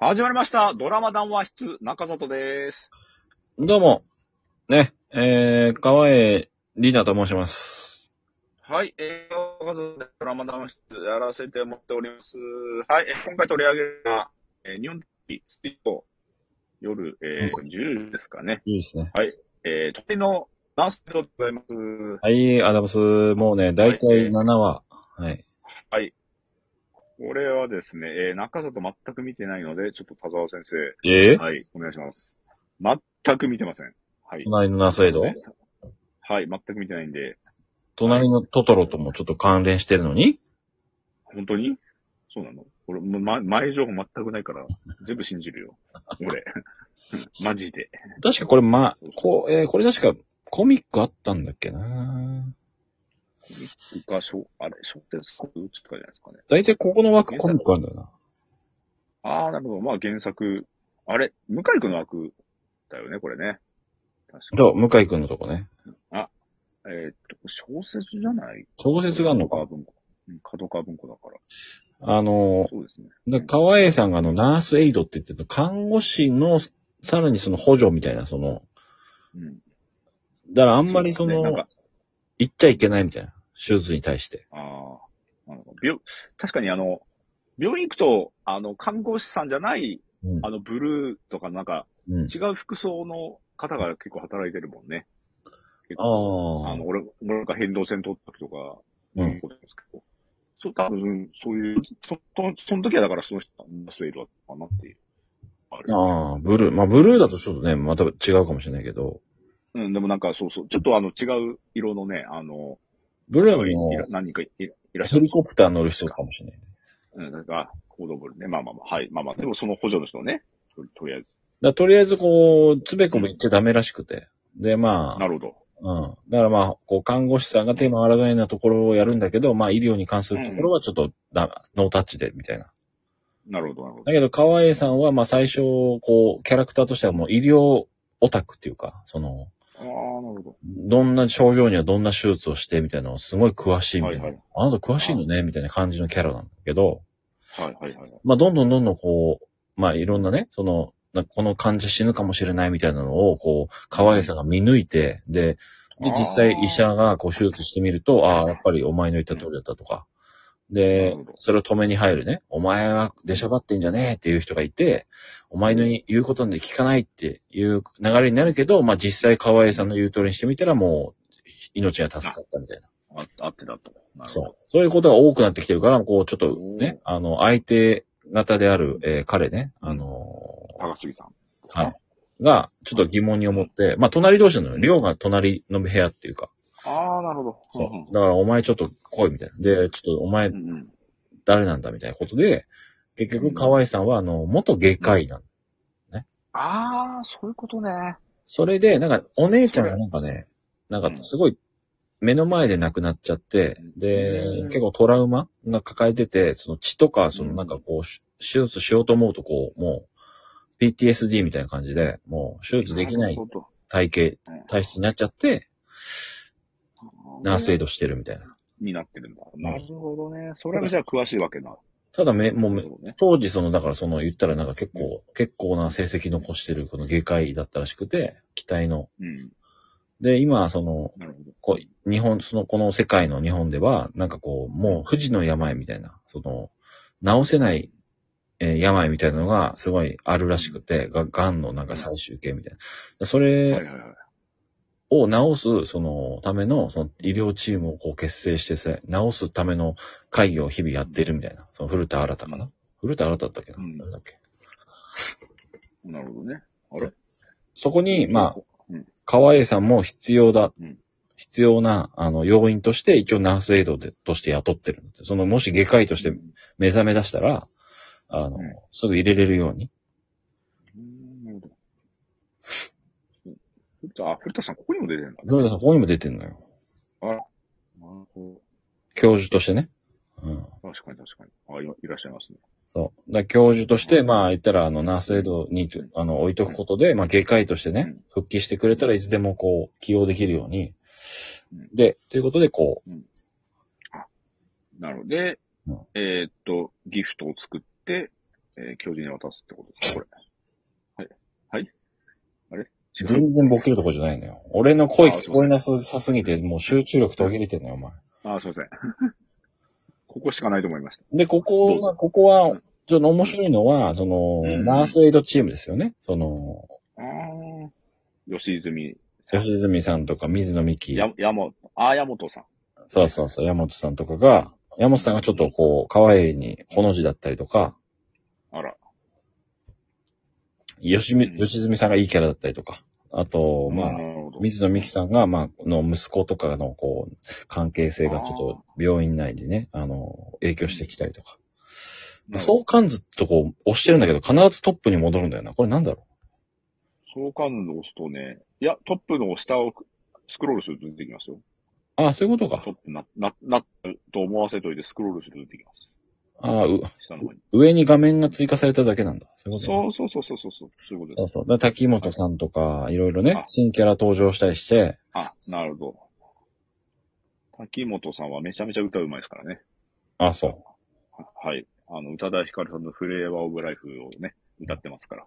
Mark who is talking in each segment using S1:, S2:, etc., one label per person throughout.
S1: 始まりました。ドラマ談話室、中里です。
S2: どうも。ね、えー、川栄リーダーと申します。
S1: はい。えー、まずドラマ談話室やらせてもらっております。はい。えー今回取り上げるのは、えー日本テレビスピット、夜、えー、10時ですかね。
S2: いいですね。
S1: えー、鳥のナンスでございます。
S2: はい、アダムス、もうね、だいたい7話。はい。
S1: これはですね、えー、中里全く見てないので、ちょっと田沢先生、
S2: ええ
S1: はい、お願いします。全く見てません。はい。
S2: 隣のナセイド
S1: はい、全く見てないんで、
S2: 隣のトトロともちょっと関連してるのに
S1: 本当にそうなの俺、もうま、前情報全くないから、全部信じるよ。俺。 マジで。
S2: 確かこれま、こう、えー、これ確かコミックあったんだっけな
S1: が、しょ、あれ、小説コミックとかじゃないですかね。
S2: だいたいここの枠コミックあるんだよな。
S1: あー、なるほど。まあ原作。あれ、向井くんの枠だよね、これね。確か
S2: そう、向井くんのとこね。
S1: えーっと、小説じゃない
S2: 小説があるのか。
S1: 角川文庫。うん角川文庫だから。
S2: あの
S1: そうですね。
S2: ー、だ川栄さんがあの、ナースエイドって言ってた看護師の、さらにその補助みたいな、その、
S1: うん。
S2: だからあんまりそ
S1: ね
S2: の、
S1: なんか、
S2: 言っちゃいけないみたいな。手術に対して。
S1: ああ、なるほど。病、確かにあの、病院行くと、あの、看護師さんじゃない、
S2: うん
S1: あの、ブルーとかなんか、
S2: うん。
S1: 違う服装の方が結構働いてるもんね。結構
S2: あ
S1: あ
S2: あ
S1: の、。俺、俺なんか変動線取った時とか、
S2: うん
S1: そういうことですけど。そう、多分、そういう、そ、そその時はだからその人はナスウェイドだったかなっていう。ある
S2: ああ、ブルー。まあ、ブルーだとちょっとね、また違うかもしれないけど、
S1: うん、でもなんかそうそう、ちょっとあの違う色のね、あの、
S2: ブルーはいもう
S1: 何人かいいらっしゃ
S2: ヘ
S1: る
S2: リ。コプター乗る人かもしれない。
S1: うん、なんか、行動ボールね。まあまあまあ、はい。まあまあ、でもその補助の人ね。とりとりあえず。
S2: だからとりあえずこう、つべこべ言っちゃダメらしくて。で、ま
S1: なるほど。
S2: あ、うん。だからまあ、こう、看護師さんがテーマ争いなところをやるんだけど、まあ、医療に関するところはちょっとだ、ノータッチで、みたいな。
S1: なるほど、なるほど。
S2: だけど、川栄さんは、まあ、最初、こう、キャラクターとしてはもう医療オタクっていうか、その、
S1: ああ、なるほ
S2: どんな症状にはどんな手術をしてみたいなのをすごい詳しい
S1: ど。
S2: み
S1: は
S2: たい
S1: いは
S2: な。
S1: い。
S2: あなた詳しいのねみたいな感じのキャラなんだけど、
S1: はいはいはい。
S2: まあ、どんどんどんどんこう、まあ、いろんなね、その、なこの患者死ぬかもしれないみたいなのを、こう、河合さんが見抜いて、で、で、実際医者がこう手術してみると、ああ、やっぱりお前の言った通りだったとか。
S1: な
S2: で
S1: るほど、
S2: それを止めに入るね。お前は出しゃばってんじゃねえっていう人がいて、お前の言うことに聞かないっていう流れになるけど、まあ実際河合さんの言う通りにしてみたらもう命が助かったみたいな。
S1: ああってたと。なるほ
S2: そう
S1: ど。。
S2: そういうことが多くなってきてるから、こう、ちょっとね
S1: お、
S2: あの、相手型である、えー彼ね、あの
S1: 高杉さん。
S2: はいーが、ちょっと疑問に思って、まあ、隣同士なのよ。寮が隣の部屋っていうか。
S1: ああ、なるほど。
S2: そう。だから、お前ちょっと来い、みたいな。で、ちょっと、お前
S1: うんうん。
S2: 誰なんだ、みたいなことで、結局、河合さんは、あの、元外科医なの。
S1: ああ、そういうことね。
S2: それで、なんか、お姉ちゃんがなんかね、なんか
S1: う、ん
S2: すごい、目の前で亡くなっちゃって、で、
S1: うん
S2: 結構トラウマが抱えてて、その血とか、その
S1: うん
S2: なんかこう、し手術しようと思うとこう、もう、PTSD みたいな感じで、もう手術できない
S1: るほど
S2: 体型、体質になっちゃって、
S1: うん
S2: ナースエイドしてるみたいな。
S1: になってるんだ。なるほどね。それはじゃあ詳しいわけな。
S2: ただめ、もう
S1: な
S2: め
S1: る、ほどね。
S2: 当時その、だからその言ったらなんか結構、結構な成績残してるこの外科医だったらしくて、期待の。
S1: うん。
S2: で、今、その、
S1: なるほど。
S2: こう、日本、その、この世界の日本では、なんかこう、もう不治の病みたいな、その、治せない、えー病みたいなのがすごいあるらしくて、が、癌のなんか最終形みたいな。そ
S1: はい
S2: れ
S1: はいはい。
S2: を治す、その、ための、その、医療チームをこう結成してさ、治すための会議を日々やってるみたいな。その、古田新太かな古田新太だったっけな、
S1: うん
S2: なんだっけ。
S1: なるほどね。あ
S2: そ
S1: れ
S2: うそこに、まあ、
S1: あ。うん。
S2: 川栄さんも必要だ。
S1: うん
S2: 必要な、あの、要員として、一応ナースエイドで、として雇ってるんだってその、もし外科医として
S1: う
S2: 目覚め出したら、あの、
S1: うん
S2: すぐ入れれるように。
S1: ん。なるほど。うん古田、あ、古田さん、ここにも出てるんだ。
S2: 古田さん、ここにも出てるのよ。
S1: あら。なるほ
S2: 教授としてね。うん。
S1: ど。確かに確かに。あ、いらいらっしゃいますね。
S2: そう。だから教授として、
S1: うん
S2: まあ言ったら、あの、ナースエイドに
S1: うん、
S2: あの、置いとくことで、まあ外科医としてね
S1: うん、
S2: 復帰してくれたらいつでもこう、起用できるように
S1: うん。
S2: で、ということで、こう、
S1: なので
S2: うん、
S1: えーっと、ギフトを作って、えー教授に渡すってことですか、これ。はい。はいあれ違う
S2: 全然ボケるとこじゃないのよ。俺の声聞こえなさすぎて、もう集中力途切れてんのよ、お前。
S1: あー、すいません。 ここしかないと思いました。
S2: で、ここ
S1: ど
S2: が、ここは、ちょっと面白いのは、その、
S1: うん
S2: ナースエイドチームですよね。その、
S1: あー、吉泉さん
S2: 吉住さんとか水野美紀、
S1: や、やも、あー、やもとさん。
S2: そうそうそう、山本さんとかが、山本さんがちょっとこう、可愛いに、ほの字だったりとか、
S1: あら。
S2: 吉
S1: う
S2: み
S1: ん
S2: 吉住さんがいいキャラだったりとか、あと、まあ、
S1: なるほど。
S2: 水野美紀さんが、まあ、の息子とかの、こう、関係性がちょっと病院内でね、あの、影響してきたりとか。
S1: なるほど
S2: 相関図とこう、押してるんだけど、必ずトップに戻るんだよな。これなんだろ
S1: 相関図を押すとね、いや、トップの下をスクロールすると出てきますよ。
S2: うああ、そういうことか
S1: トッ。プな、な、なったと思わせといてスクロールすると出てきます。
S2: ああ、う、
S1: 下の方に。
S2: 上に画面が追加されただけなんだ。そういうことね
S1: そうそうそうそうそうそう。そういうことで
S2: そう
S1: す。
S2: そう。だから滝本さんとか、いろいろね
S1: あ、
S2: 新キャラ登場したりして、
S1: あ、なるほど。滝本さんはめちゃめちゃ歌うまいですからね。
S2: あそ
S1: ははい。あの、宇多田ヒカルさんのフレーバーオブライフをね、歌ってますから。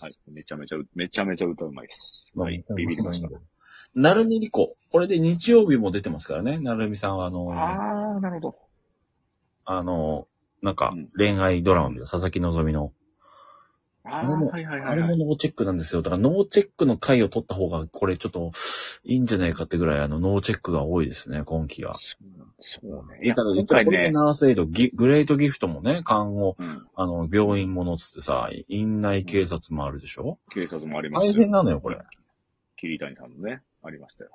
S1: はい。めちゃめちゃ、めちゃめちゃ歌うまいです。
S2: う。
S1: はい。ビビりました。。
S2: なるみりこ。これで日曜日も出てますからね。なるみさんは、あの
S1: あー、なるほど。
S2: あの、なんか
S1: うん、
S2: 恋愛ドラマみたいな、佐々木希の。
S1: あ
S2: あれ
S1: ー、
S2: も
S1: はいはい
S2: あ
S1: はい
S2: れ
S1: は
S2: も
S1: い。
S2: ノーチェックなんですよ。だからノーチェックの回を取った方が、これちょっと、いいんじゃないかってぐらい、あの、ノーチェックが多いですね、今期は。
S1: そうね。い
S2: だ
S1: や、
S2: から、
S1: 今
S2: 今回
S1: 回
S2: これ
S1: ね、
S2: ナースエイド、ギグレートギフトもね、看護、
S1: うん、
S2: あの、病院ものつってさ、院内警察もあるでしょ
S1: 警察もあります
S2: 大
S1: よ
S2: 変なのよ、これ。
S1: 桐谷さんのね、ありましたよ。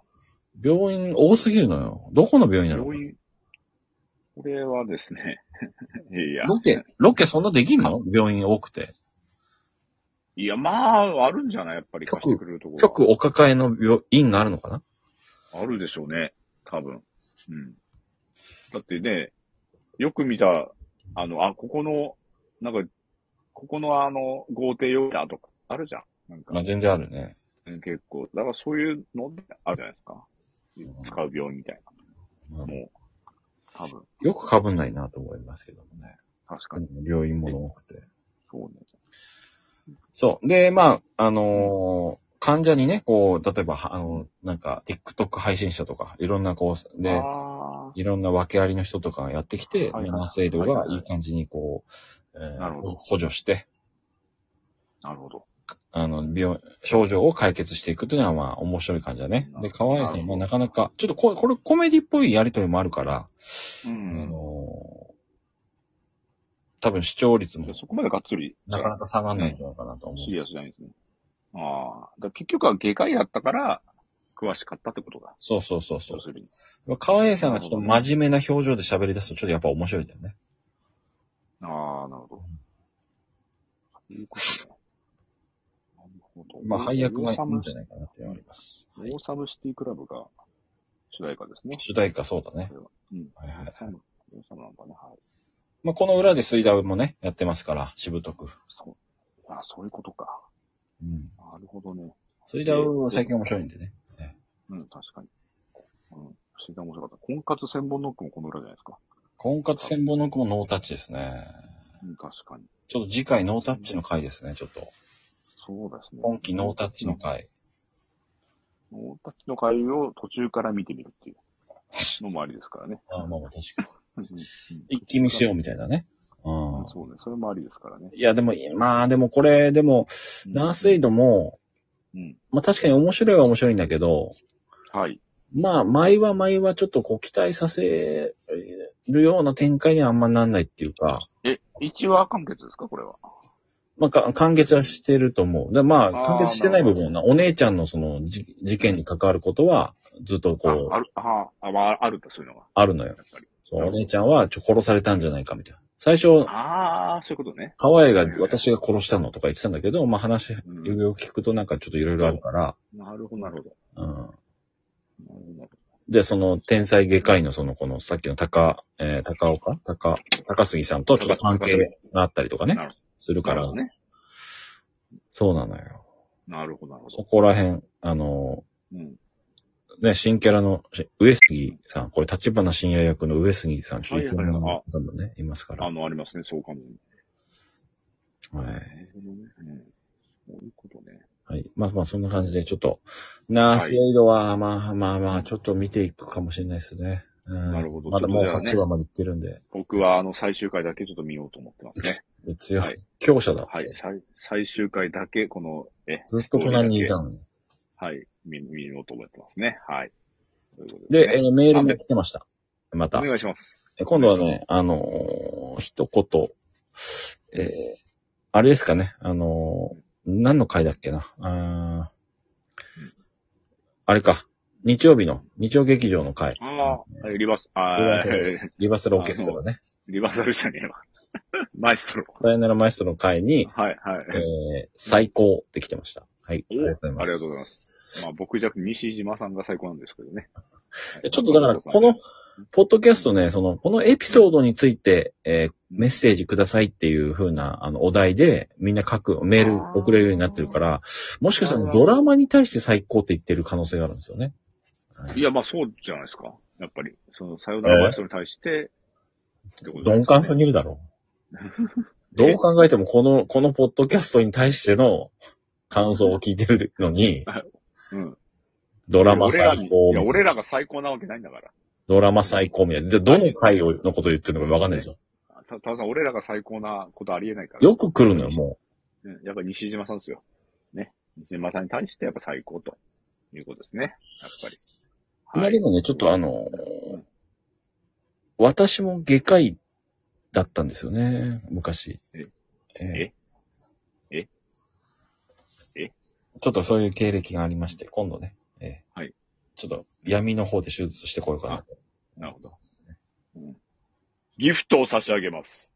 S2: 病院多すぎるのよ。どこの病院なの
S1: 病院、これはですね、 いや、
S2: ロケ、ロケそんなできんの病院多くて。
S1: いや、まあ、あるんじゃないやっぱり
S2: 局
S1: 貸してくれるところ
S2: 局お抱えの病院があるのかな
S1: は。あるでしょうね、多分。うん。だってね、よく見た、あの、あ、ここの、なんか、ここのあの、豪邸用だとか、あるじゃん。なんか、
S2: まあ、全然あるね。
S1: うん結構。だからそういうのってあるじゃないですか。使う病院みたい
S2: ま
S1: な。
S2: あ
S1: もう、多分、
S2: よく被んないなと思いますけどもね。
S1: 確かに。
S2: 病院もの多くて。
S1: そうね。
S2: そう。で、まあ、あのー患者にね、こう、例えば、はあの、なんか、TikTok 配信者とか、いろんなこう、で、
S1: あ
S2: いろんな訳ありの人とかがやってきて、
S1: はいはい
S2: ナースエイドがいい感じにこう、えー
S1: なるほど
S2: 補助して、
S1: あ、なるほど。
S2: あの、病、症状を解決していくというのはまあ面白い感じだね。で、河合さ
S1: なる
S2: ん
S1: ほ
S2: も
S1: ど
S2: なかなか、ちょっとこれ、これコメディっぽいやりとりもあるから、
S1: う
S2: あ
S1: ん。
S2: のー多分視聴率も
S1: そこまでがっつり、
S2: なかなか下がらないんじゃないかなと思
S1: シ
S2: う。
S1: リアスじゃないんですね。ああ。だから結局は外科医だったから、詳しかったってことだ。
S2: そうそうそうそ
S1: 要
S2: う
S1: するに。。
S2: まあ河合さんがちょっと真面目な表情で喋り出すと、ちょっとやっぱ面白いんだよね。
S1: ああ、なるほど。いうことね。なるほど。
S2: まあ、配役が
S1: オー
S2: い
S1: サ
S2: いん
S1: ム
S2: じゃないかなっていうのはあります。
S1: オーサムシティクラブが主題歌ですね。
S2: 主題歌そうだね
S1: こ。れはうん。
S2: はいはい。
S1: サムオーサムなんだね。はい。
S2: まあ、この裏で水ダウもね、やってますから、しぶとく。
S1: そう。ああ、そういうことか。
S2: うん。
S1: なるほどね。
S2: 水ダウ最近面白いんでね。
S1: うん、確かに。うん。不思議な面白かった。婚活千本ノックもこの裏じゃないですか。
S2: 婚活千本の奥もノータッチですね。
S1: うん、確かに。
S2: ちょっと次回ノータッチの回ですね、ちょっと。
S1: そうですね。
S2: 今期ノータッチの回。
S1: ノータッチの会を途中から見てみるっていうのもありですからね。
S2: ああ、まあまあ確かに。
S1: うんうん
S2: 一気見しようみたいなね。うん。
S1: そうね。それもありですからね。
S2: いや、でも、まあでもこれ、でも、ナースエイ
S1: ド。
S2: ドも、
S1: うん。
S2: まあ確かに面白いは面白いんだけど、
S1: はい。
S2: まあ、毎は毎はちょっとこう期待させるような展開にはあんまなんないっていうか、
S1: え、一話完結ですかこれは。
S2: まあ、か完結はしてると思う。でまあ、
S1: あー
S2: 完結してない部分はな、お姉ちゃんのそのじ事件に関わることは、ずっと
S1: あ
S2: こ、う、
S1: ある、ああ、まあ、あるとそういうのが。
S2: あるの
S1: や。っ
S2: よ
S1: ぱり。
S2: そうお姉ちゃんはちょ殺されたんじゃないかみたいな。最初、
S1: ああ、そういうことね。
S2: 河合が私が殺したのとか言ってたんだけど、まあ話、
S1: うん
S2: 余裕を聞くとなんかちょっといろいろあるから、
S1: なるほど、なるほど。
S2: うん。
S1: なるほどなる
S2: で、その、天才外科医のその、この、さっきの高、えー、高岡高、高杉さんとちょっと関係があったりとかね
S1: なるほど、
S2: する
S1: ほど。
S2: から、
S1: ね。
S2: そうなのよ。
S1: なるほど、なるほ
S2: そ
S1: ど。
S2: こら辺、あの、
S1: うん。
S2: ね、新キャラの、し上杉さん、これ、立花信也役の上杉さん、ちょっとイケメンの方もね、いますから
S1: あ。の、ありますね、そうかも。
S2: はい。
S1: なるほどね。うん。そういうことね。
S2: はい。まあまあ、そんな感じで、ちょっと、ナースエイドは、まあまあまあ、ちょっと見ていくかもしれないですね。うん、
S1: なるほど
S2: まだもう
S1: ちょっとじゃあね
S2: 8話まで行ってるんで、
S1: 僕はあの最終回だけちょっと見ようと思ってますね。
S2: 強
S1: はい
S2: い。強者だ。
S1: はい。最最終回だけ、この、え、
S2: ずっと隣にいたのに。
S1: はい。見見ようと思ってますね。はい。ということ
S2: で、
S1: ね
S2: えーメールも来てました。また
S1: お。願いします。
S2: え今度はね、あのー一言、えーあれですかね、あのー何の回だっけな。あーあれか。日曜日の、日曜劇場の回。
S1: ああ、リバース、ああ、
S2: リバーサルオーケストラね。
S1: リバーサルじゃねえわ。マイストロ。
S2: さよならマエストロの回に、
S1: はい、はい。
S2: えー最高って来てました。はい。あり
S1: お
S2: がとうご
S1: あり
S2: ざ
S1: が
S2: い
S1: とう
S2: ま
S1: ございます。まあ僕じゃなくて西島さんが最高なんですけどね。
S2: す。ちょっとだから、この、ポッドキャストね、その、このエピソードについて、えーメッセージくださいっていう風な、あの、お題で、みんな書く、メール送れるようになってるから、もしかしたらドラマに対して最高って言ってる可能性があるんですよね。はい
S1: いや、まあそうじゃないですか。やっぱり。その、さよならマイストロに対して、ってことですね
S2: 鈍感すぎるだろ う。どう考えても、この、このポッドキャストに対しての感想を聞いてるのに、
S1: うん。
S2: ドラマ
S1: 俺らに
S2: 最高
S1: いや、俺らが最高なわけないんだから。
S2: ドラマ最高みたいな。じゃあどの回をのこと言ってるのかわかんないでしょ。
S1: た、たださん、俺らが最高なことありえないから。
S2: よく来るのよ、も
S1: うん、やっぱり西島さんですよ。ね。西島さんに対してやっぱ最高ということですね。やっ
S2: う。
S1: ぱり。
S2: まあでもね、ちょっとあのー、私も外科医だったんですよね、昔。
S1: え
S2: え
S1: えええ
S2: ちょっとそういう経歴がありまして、今度ね。ええ
S1: はい。
S2: ちょっと闇の方で手術してこようかな。
S1: なるほど。うんギフトを差し上げます。